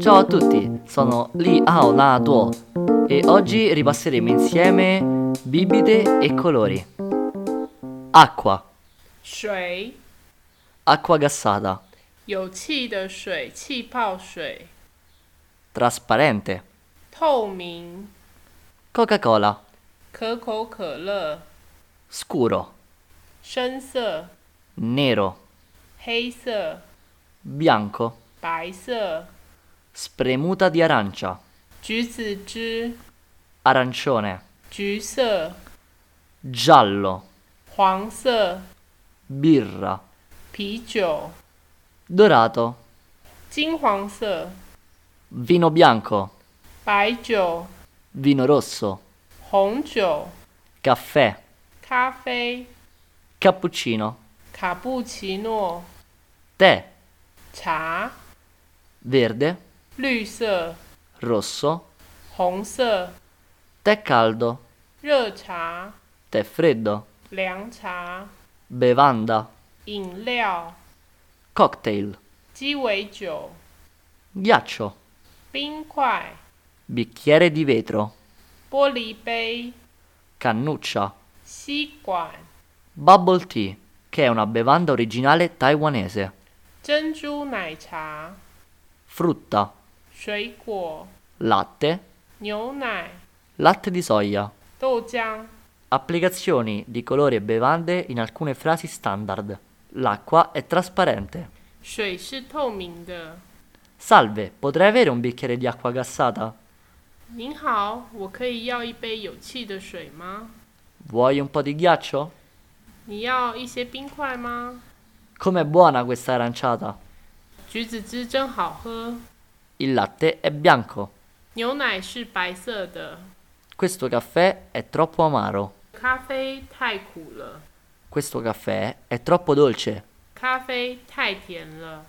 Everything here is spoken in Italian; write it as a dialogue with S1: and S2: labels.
S1: Ciao a tutti, sono Li Ao Na Duo e oggi ripasseremo insieme bibite e colori. Acqua,
S2: 水，
S1: acqua gassata,
S2: 有气的水，气泡水，
S1: trasparente,
S2: 透明，
S1: Coca-Cola,
S2: 可口可乐，
S1: scuro,
S2: 深色、
S1: nero,
S2: 黑色、
S1: bianco,
S2: 白色，
S1: spremuta di arancia,
S2: 橘子汁，
S1: arancione,
S2: 橘色、
S1: giallo,
S2: 黄色、
S1: birra,
S2: 啤酒、
S1: dorato,
S2: 金黄色、
S1: vino bianco,
S2: 白酒、
S1: vino rosso,
S2: 红酒、
S1: caffè,
S2: 咖啡、
S1: cappuccino,
S2: 卡布奇诺、
S1: tè,
S2: 茶、
S1: verde,
S2: 绿色、
S1: rosso,
S2: 红色、
S1: tè caldo,
S2: 热茶、
S1: tè freddo,
S2: 凉茶、
S1: bevanda,
S2: 饮料。
S1: cocktail,
S2: 鸡尾酒、
S1: ghiaccio,
S2: 冰块、
S1: bicchiere di vetro,
S2: 玻璃杯、
S1: cannuccia,
S2: 吸管、
S1: bubble tea, che è una bevanda originale taiwanese,
S2: 珍珠奶茶、
S1: frutta,
S2: 水果、
S1: latte,
S2: 牛奶、
S1: latte di soia.
S2: 豆浆、
S1: Applicazioni di colori e bevande in alcune frasi standard. L'acqua è trasparente.
S2: 水是透明的。
S1: Salve, potrei avere un bicchiere di acqua gassata?
S2: 您好，我可以要一杯有气的水吗？
S1: Vuoi un po' di ghiaccio?
S2: 你要一些冰块吗？
S1: Com'è buona questa aranciata?
S2: 橘子汁真好喝，
S1: Il latte è bianco.
S2: 牛奶是白色的，
S1: Questo caffè è troppo amaro.
S2: 咖啡太苦了，
S1: Questo caffè è troppo dolce.
S2: 咖啡太甜了。